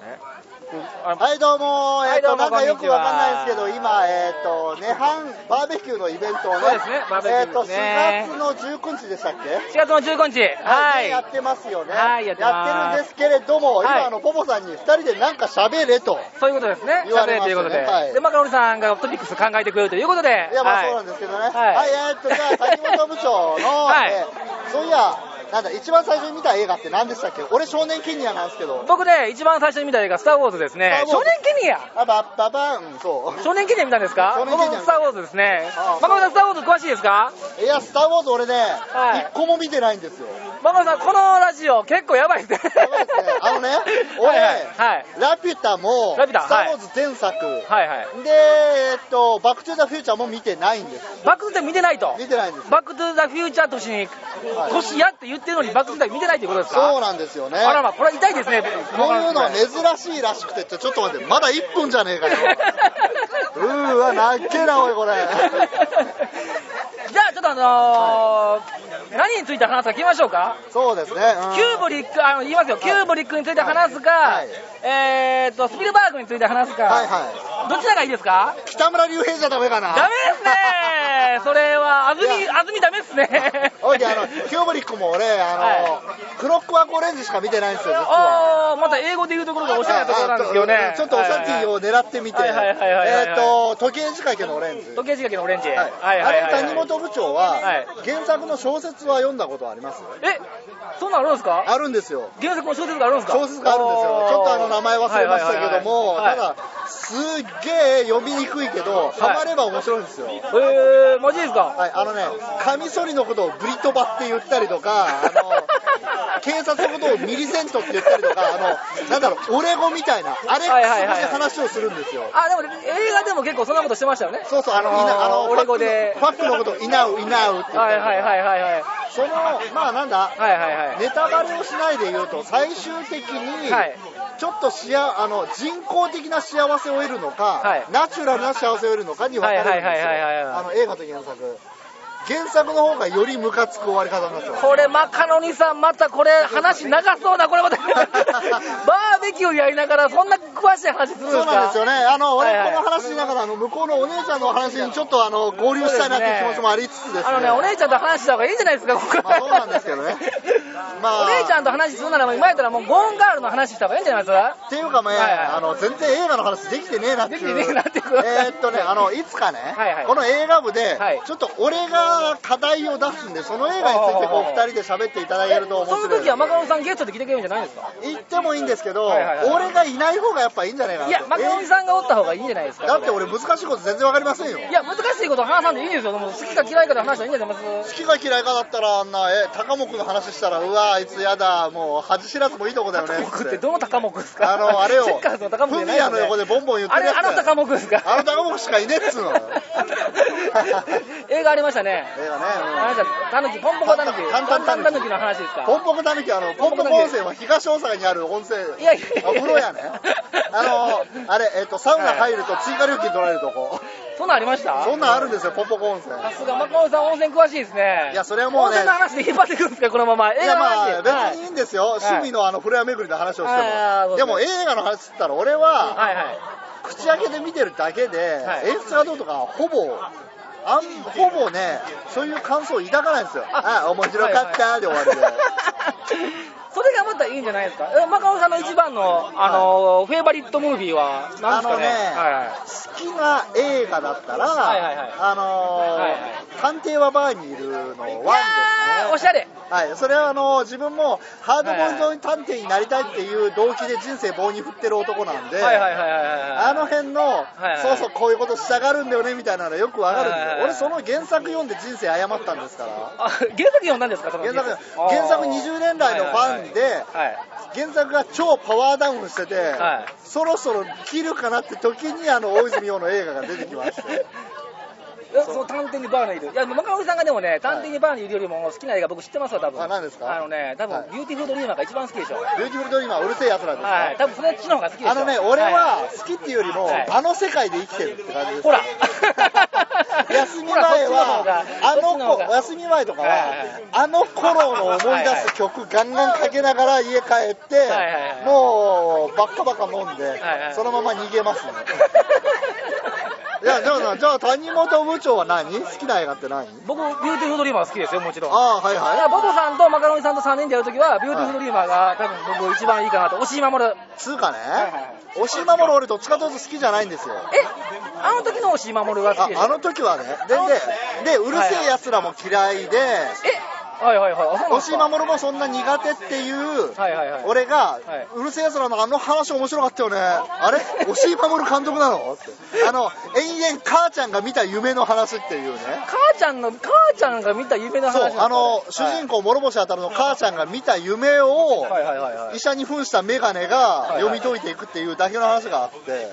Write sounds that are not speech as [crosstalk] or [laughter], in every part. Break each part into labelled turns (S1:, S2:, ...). S1: ね。あ
S2: はい、どうも、
S1: はい
S2: えっ、
S1: どう
S2: と、なん
S1: も
S2: かよくわかんないんですけど、
S1: こんにち
S2: 今、えっ、と、涅槃バーベキューのイベントをね、
S1: そうですねバーベキュー
S2: えっ、と、
S1: ね
S2: 4月の19日でしたっけ
S1: 4月の15日。はい。
S2: ねやってますよね。
S1: はいやって
S2: やって
S1: ます
S2: るんですけれども、
S1: はい
S2: 今、あの、ポポさんに2人でなんか喋れと。
S1: そういうことですね。
S2: 言わ
S1: 喋
S2: れ
S1: れ
S2: ま
S1: と
S2: す
S1: い
S2: よ
S1: う
S2: ね
S1: ことで。
S2: はい
S1: で、マカロニさんがトピックス考えてくれるということで。
S2: いや、まあ
S1: はい
S2: そうなんですけどね。
S1: はい
S2: はい、えっ、と、じゃあ、先ほど部長
S1: [laughs]
S2: の、
S1: はい
S2: えーそういや、なんだ、一番最初に見た映画って何でしたっけ俺、少年ケニアなんですけど。
S1: 僕ね、一番最初に見た映画、スター・ウォーズですね
S2: ス。ター
S1: 少
S2: ウォーズ
S1: 年ケニア。
S2: あ、ば、ばばん、そう。
S1: 少年記念見たんですか
S2: 少
S1: 僕
S2: 年記念
S1: もスター・ウォーズですね
S2: ああ。
S1: マカロニさん、スター・ウォーズ詳しいですか
S2: いや、スター・ウォーズ俺ね、
S1: はい
S2: 一個も見てないんですよ。
S1: マカロニさん、このラジオ結構やばいですね。、
S2: やばいですね。あのね
S1: [laughs]
S2: 俺、
S1: はいはい。
S2: ラピュタも、
S1: ラピュタ
S2: スタ
S1: はい
S2: ー・ウォーズ前作、
S1: はいはい。
S2: で、えっと、バック・トゥ・ザ・フューチャーも見てないんです。
S1: バックトゥザ見てないと。
S2: 見てないんです。
S1: バックトゥザフューチャーとしに腰やって言ってるのにバックトゥザ見てないということですか
S2: そうなんですよね。
S1: あらま、これは痛いですね。
S2: こういうのは
S1: ね。
S2: 珍しいらしくて、ちょちょっと待って、まだ1分じゃねえかよ。
S1: [laughs]
S2: うーわ、なっけな、おい、これ。
S1: じゃあちょっとあのー何について話すか聞きましょうか。
S2: そうですね。うん
S1: キューブリック、あの、言いますよ。キューブリックについて話すか、
S2: はい
S1: えーっと、スピルバーグについて話すか、
S2: はいはい。
S1: どちらがいいですか
S2: 北村隆平じゃダメかな。
S1: ダメですねそれは、安住、
S2: いや
S1: 安住ダメっすね
S2: [laughs] おいで、あの、キューブリックも俺、あの、クロックワークオレンジしか見てないんですよ、実は。
S1: おー、また英語で言うところがおしゃれなところなんですよね。
S2: ちょっとオシャティを狙ってみて、
S1: はいはいはいはいはいはい
S2: えっ、と、時計仕掛けのオレンジ。
S1: 時計仕掛けのオレンジ。
S2: はい
S1: はいはいはい
S2: あれ、谷本部長は、
S1: はい
S2: 原作の小説は読んだことあります
S1: え、そんなのあるんですか
S2: あるんですよ。
S1: 原作の小説があるんですか
S2: 小説があるんですよ。ちょっとあの名前忘れましたけども、
S1: はいはいはいはい
S2: ただ、すっげえ読みにくいけど、ハマれば面白いんですよ。はい
S1: えー、マジですか
S2: あのね、カミソリのことをブリトバって言ったりとか、あ
S1: [laughs]
S2: の警察のことをミリセントって言ったりとか、あのなんだろう、オレゴみたいな、あれ、
S1: はいはいはい
S2: そういう話をするんですよ。
S1: あ、でも映画でも結構そんなことしてましたよね。
S2: そうそう、あの、いなあの
S1: オレゴで
S2: ファックのファックのこと、いなう、いなうって言っ
S1: は
S2: た
S1: い
S2: り
S1: はいはいはいはい。
S2: その、まあなんだ、
S1: はいはいはい。
S2: ネタバレをしないで言うと、最終的に、
S1: はい
S2: ちょっとしああの人工的な幸せを得るのか、
S1: はい
S2: ナチュラルな幸せを得るのかに分かれるんですよ
S1: はいはいはいはいはいはい
S2: あの映画と原作原作の方がよりムカつく終わり方になってます
S1: これマカロニさんまたこれ話長そうだこ
S2: [laughs]
S1: れまたバーベキューやりながらそんな詳しい話するんですか
S2: そうなんですよね。あの、
S1: はいはい
S2: 俺この話しながら、あの、向こうのお姉ちゃんのお話にちょっと、あの、合流したいなっていう気持ちもありつつですね。
S1: あのねお姉ちゃんと話した方がいいんじゃないですかここ
S2: まあそうなんですけどねまあ
S1: お姉ちゃんと話するならもう今やったらもうゴーンガールの話した方がいいんじゃないですか
S2: っていうかね、
S1: はいはい
S2: あの全然映画の話できてねえなっていう
S1: できてねえなってこと
S2: えーっとねあのいつかね、
S1: はいはい
S2: この映画部で、
S1: はい
S2: ちょっと俺が課題を出すんでその映画についてこう
S1: おー
S2: 二人で喋っていただけると面
S1: そ
S2: 白い
S1: の時はマカロニさんゲストで来てくれるんじゃないですか
S2: 言ってもいいんですけど、
S1: はいはいはい
S2: 俺がいない方がやっぱいいんじゃないかなと
S1: いやマカロニさんがおった方がいいんじゃないです
S2: え
S1: か
S2: ーだって俺難しいこと全然わかりませんよ
S1: いや難しいこと話さんでいいんですよもう好きか嫌いかで話したらいいんじゃないで
S2: 好
S1: すか
S2: きか嫌いかだったらあんなえ高木の話したらうわあいつやだもう恥知らずもいいとこだよね
S1: 高木って
S2: つって
S1: どの高木ですか
S2: あのあれを
S1: チェッカーズの高木じゃないです
S2: フ
S1: よね
S2: ミヤの横でボンボン言ってるやつ
S1: あれあの高木ですか
S2: あの高木しかいねえっつうの
S1: [laughs] 映画ありましたね。
S2: 映画ね、うん
S1: あれだ、たぬき、ポンポコたぬき、
S2: タ
S1: タ
S2: ン
S1: ン
S2: タ
S1: タ
S2: ン
S1: ン
S2: タ
S1: タ
S2: ヌキ
S1: ヌキの話です
S2: ポ
S1: か。
S2: ンポコたぬき、あの、ポンポコ温泉は東大阪にある温泉、
S1: いやいやいや
S2: あ風呂やね。あの、あれ、えっと、サウナ入ると追加料金取られるとこ。
S1: そんなんありました
S2: そんなんあるんですよ、ポンポコ温泉。
S1: さすが、マコンさん温泉詳しいですね。
S2: いやそれはもうね
S1: 温泉の話で引っ張ってくるんですか、このまま。映
S2: い
S1: 画
S2: や
S1: の話。
S2: まあ別にいいんですよ、趣味のあの風呂屋巡りの話をしても、
S1: はいはいはい
S2: でも映画の話っつったら俺は
S1: はいはいはい。
S2: 口開けで見てるだけで、
S1: はい
S2: 演出がどうとかほぼあんほぼねそういう感想を抱かないんですよあ面白かったで終
S1: [laughs]
S2: わるよ、
S1: はいはいそれがまたいいんじゃないですか。えマカオさんの一番の、あの、フェイバリットムービーは何ですかね。
S2: あのね
S1: はいはい
S2: 好きな映画だったら、
S1: はいはいはい
S2: あのー
S1: はいはい
S2: 探偵はバーにいるのワンですね
S1: いやーおしゃれ。
S2: はい、それはあのー自分もハードボイルド探偵になりたいっていう動機で人生棒に振ってる男なんで、
S1: はいはいはいはいはい。
S2: あの辺の、
S1: はい
S2: そうそうこういうことしたがるんだよねみたいなのよくわかるんですよ、
S1: はいはいはい
S2: 俺その原作読んで人生誤ったんですから
S1: あ原作読んだんですかその
S2: 原作
S1: あー
S2: 原作20年来のファンで
S1: はいはいはい
S2: 原作が超パワーダウンしてて、
S1: はい
S2: そろそろ切るかなって時にあの大泉洋の映画が出てきま
S1: [laughs]
S2: して
S1: えその探偵にバーにいるいやマカロニさんがでもね探偵にバーにいるよりも好きな映画僕知ってますわ多分
S2: あ何ですか
S1: あのね多分、
S2: はい
S1: ビューティフルドリーマーが一番好きでしょ
S2: ビューティフルドリーマーうるせえやつらですか、
S1: はい多分それっちの方が好きでしょ
S2: あのね、俺はい好きっていうよりも、
S1: はい
S2: あの世界で生きてるって感じです。
S1: ほら
S2: [laughs] 休み前
S1: ほら
S2: は、あ
S1: そっちの方がそっちの
S2: の子、
S1: 方が
S2: 休み前とか
S1: はい
S2: は
S1: はい、
S2: あの頃の思い出す曲ガンガンかけながら家帰って
S1: はいはいは、い
S2: もう、バッカバカ飲んで、
S1: はい
S2: そのまま逃げますね。
S1: [laughs]
S2: いや、じゃあ、じゃあ、谷本部長は何好きな映画って何
S1: 僕、ビューティフルドリーマー好きですよ、もちろん。
S2: ああ、はい
S1: だからボ
S2: は
S1: ボさんとマカロニさんと3人でやるときは、ビューティフルドリーマーが多分僕一番いいかなと。押井守る。
S2: い。つうかね
S1: いはい、
S2: 押し守る俺どっちかというと好きじゃないんですよ。
S1: えあの時の押井守るが好
S2: あ
S1: きでし
S2: あ
S1: ょ
S2: の時はね、で、で、で、うるせえ奴らも嫌いで、
S1: えはいはいはい。あそうなん
S2: [laughs]
S1: で
S2: 押
S1: す
S2: 井
S1: か
S2: 守もそんな苦手っていう、
S1: はいはいはい。
S2: 俺が、
S1: はいう
S2: るせえ奴らのあの話面白かったよね。あれ押井守監督なのって。あの、延々母ちゃんが見た夢の話っていうね。
S1: 母ちゃんの、母ちゃんが見た夢の話
S2: そ
S1: なん
S2: う
S1: です、か
S2: あの、主人公、諸星あたるの母ちゃんが見た夢を、
S1: はいはいはいはい。
S2: 医者に扮したメガネが読み解いていくっていうだけの話があって、
S1: え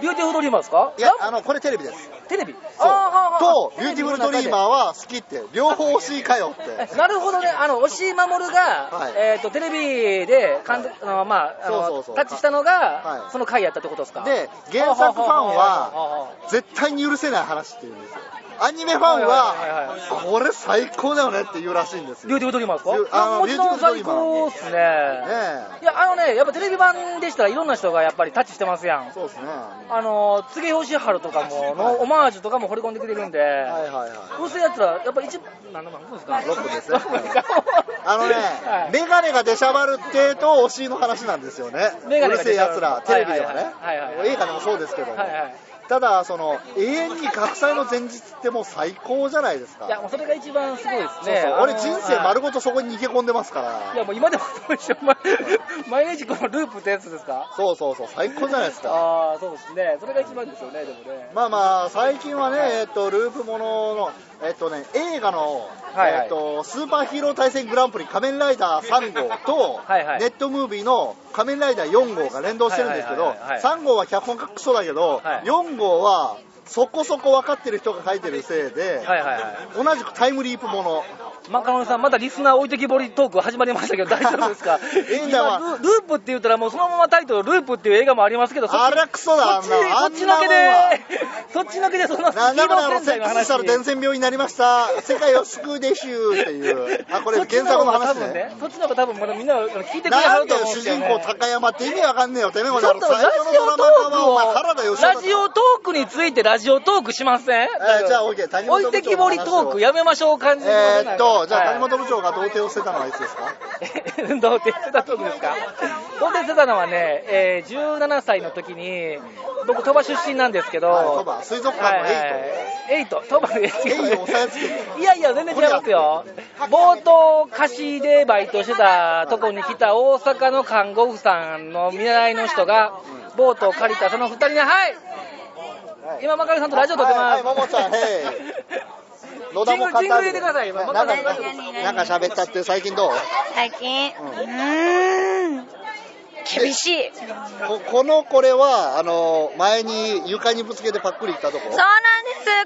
S1: ビューティフルドリーマーですか
S2: いや、
S1: ラ
S2: あの、これテレビです。
S1: テレビ
S2: そう。と、ビューティフルドリーマ
S1: ーは
S2: ーは好きって、両方欲しいかよっ
S1: あはあは
S2: て。
S1: あえ [laughs] なるほどね、あの、押井守が、
S2: はい
S1: えっ、と、テレビで、かんあの、まあ、あの
S2: そうそうそう
S1: タッチしたのが、
S2: はい
S1: その回やったってことですか
S2: で、原作ファン
S1: ああああああ
S2: は、絶対に許せない話っていうんですよ。アニメファン
S1: はいはいはい
S2: は、これ最高だよねって言うらしいんです
S1: ビュ
S2: よ。
S1: ーティフルドリーマーです
S2: ビュー
S1: かいや
S2: あの
S1: もちろん最高っすね。
S2: ね
S1: いや、あのね、やっぱテレビ版でしたらいろんな人がやっぱりタッチしてますやん
S2: え。。そうですね。
S1: あの、柘義春とかも、のオマージュとかも掘り込んでくれるんで、
S2: はいはいはい。
S1: どうせやったら、やっぱ一、何の番組ですか
S2: ロックですね
S1: ロックですか
S2: あのね、
S1: はい
S2: メガネが出しゃばるってと、お尻の話なんですよね。
S1: メガネ
S2: うる
S1: が
S2: せ
S1: 出
S2: え
S1: しゃば
S2: や
S1: る
S2: つら、テレビではね
S1: はいはいはいはいは。い
S2: 映画でもそうですけども。
S1: はいはい。
S2: ただ、その、永遠に学祭の前日ってもう最高じゃないですか。
S1: いや、もうそれが一番すごいです
S2: そう
S1: ね。
S2: そう俺人生丸
S1: ご
S2: ごとそこに逃げ込んでますから
S1: いや、もう今でもそうでしょ。 [laughs] 毎毎日このループってやつですか
S2: そうそうそう最高じゃないですか
S1: ああ、そうですね。それが一番ですよね、でもね。
S2: まあまあ最近はねえっとループもののえっとね映画の
S1: はいはい
S2: えっとスーパーヒーロー対戦グランプリ仮面ライダー3号と
S1: はいはい
S2: ネットムービーの仮面ライダー4号が連動してるんですけ
S1: は
S2: ど
S1: いはいはいはい
S2: 3号は脚本がクソだけど
S1: はい
S2: 4号はそこそこ分かってる人が書いてるせいで
S1: はいはいは
S2: 同じくタイムリープもの
S1: い。マカロニさん、まだリスナー置いてきぼりトーク始まりまし
S2: [laughs]
S1: たけど、大丈夫ですか
S2: いいんだわ
S1: 今ルループって言ったら、もうそのままタイトル、ループっていう映画もありますけど、そっち
S2: あれはクソだあ
S1: そっち
S2: んな
S1: そ
S2: あ
S1: っち
S2: ん
S1: の
S2: な
S1: け
S2: もん
S1: で
S2: は、
S1: そっちのけでそのスピ
S2: な
S1: ー
S2: んだ
S1: ド
S2: かあの
S1: 戦
S2: セッ
S1: 隊の
S2: クスした
S1: 話
S2: ら伝染病になりました世界を救うでしゅーっていうあこれ原作の話ね
S1: そっちの方が多分ねそっちの方が多分まだみんな聞いてくれは
S2: なん
S1: る
S2: で
S1: と思うん
S2: 主
S1: ですよ、
S2: 人
S1: ね、
S2: 公高山って意味わかんねえよてめえこ
S1: ち
S2: れ
S1: ょ
S2: あ
S1: っ
S2: の
S1: と
S2: 最
S1: ラジ
S2: 初のドラマ
S1: オトー
S2: はお前原田
S1: クを
S2: 芳
S1: ラジオトークについてラジオトークしません、
S2: じゃあ OK 谷本部長の話を
S1: 置いてきぼりトークやめましょう感じの
S2: えーっとじゃあ谷
S1: はい
S2: 本部長が童貞を捨てたのはいつですか
S1: [laughs] 運動ってしてたトークですか運動ってしてたのはね、えー17歳の時に僕鳥羽出身なんですけど、
S2: はい鳥羽水族館のエイト
S1: エイトエイト鳥羽のエイ
S2: エイを押さえつけ
S1: いやいや全然違いますよ冒頭貸しでバイトしてたとこに来た大阪の看護婦さんの見習いの人がボートを借りたその2人ねはい今マカロニさんとラジオ撮ってま
S2: は
S1: す、
S2: いはいももちゃんへい野田も語る
S1: ジングルジングル入れてください今
S2: ね
S1: ま
S2: な
S1: た
S2: んかなんか喋ったって最近どう
S3: 最近、うーん、厳しい。そうなんで
S2: ここのこれはあの前に床にぶつけてパックリいったとこ
S3: す。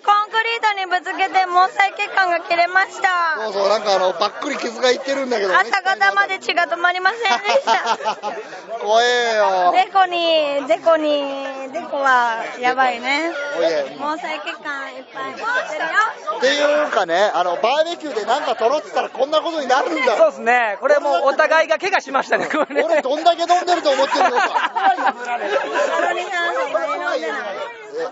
S3: コンクリートにぶつけて毛細血管が切れました。
S2: そうそうなんかあのパックリ傷がいってるんだけどね
S3: 朝方まで血が止まりませんでした。
S2: [laughs] 怖えよ。
S3: デコに、デコに、デコはやばいね。
S2: おいえ
S3: 毛細血管いっぱい出てるよ。
S2: っていうかね、あの、バーベキューでなんか取ろうって言ったらこんなことになるん
S1: [laughs] そう
S2: だ。
S1: ですねこれもうお互いが怪我しましたねこれね
S2: 俺どんだけ飲んでると思ってるのか。
S3: カロリーさん、そんなに飲んでない。
S2: え [laughs] お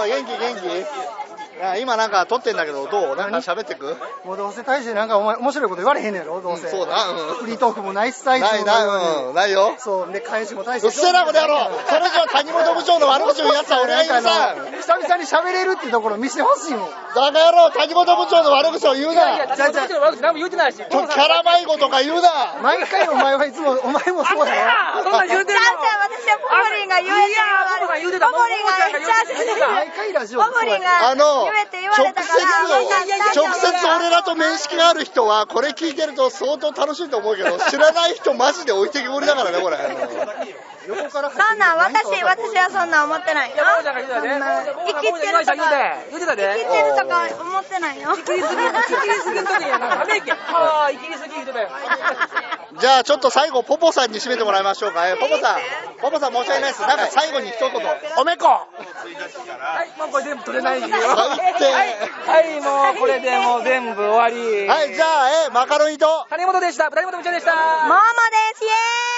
S2: うおう、元気元気いや今なんか撮ってんだけど、どうなんか喋ってく
S4: もうどうせ大してなんかお前面白いこと言われへんねやろ、どうせ。
S2: そうな、うん
S4: フリートークもナイスサイ
S2: ないない、うん、ないよ。
S4: そう、で、返しも大して。
S2: うっせえな、この野郎。それじゃ谷本部長の悪口を言うやつは俺が言うさ。
S4: 久々に喋れるってところ見せてほしいもん。
S2: バカ野郎、谷本部長の悪口を言う
S1: いやいや
S2: な。
S1: だってこっちの悪口何も言うてないし
S2: キャラ迷子とか言うな。
S4: 毎回お前はいつも、お前もそうやろ。
S1: そんなん言うてる
S3: だって私はポポリンが言えて
S1: いやーポポが言うてた
S3: ポポリンが言っちゃう
S1: ポポが言うてた
S4: 毎回ラジオ
S3: ポポリンが
S2: あの、
S3: 言えって言われたから
S2: 直
S1: いやいやいや
S2: 接、直接俺らと面識がある人は、これ聞いてると相当楽しいと思うけど、知らない人マジで置いてきぼりだからね、これ。
S4: 横から
S3: そんなん私私はそんなん思ってないよ
S1: いやももちゃんが言うてたねももちゃんももちゃんももちゃん言うてた言うてた
S3: 生
S1: で
S3: きてるとか思ってないよ
S1: イキリすぎる、イキリすぎる時に、なんかため息。はあ、イキリすぎる言うてたよ。
S2: じゃあ、ちょっと最後、ポポさんに締めてもらいましょうか。えーポポさん、ポポさん申し訳ないです。なんか最後に一言。
S1: おめこはい、もうこれ全部取れない
S2: [laughs]
S1: よ。
S2: 最低
S1: はい、はい、もうこれでもう全部終わり。
S2: はい、じゃあ、えーマカロニと、
S1: 谷本でした、谷本部長でした。
S3: モーモですイエーイ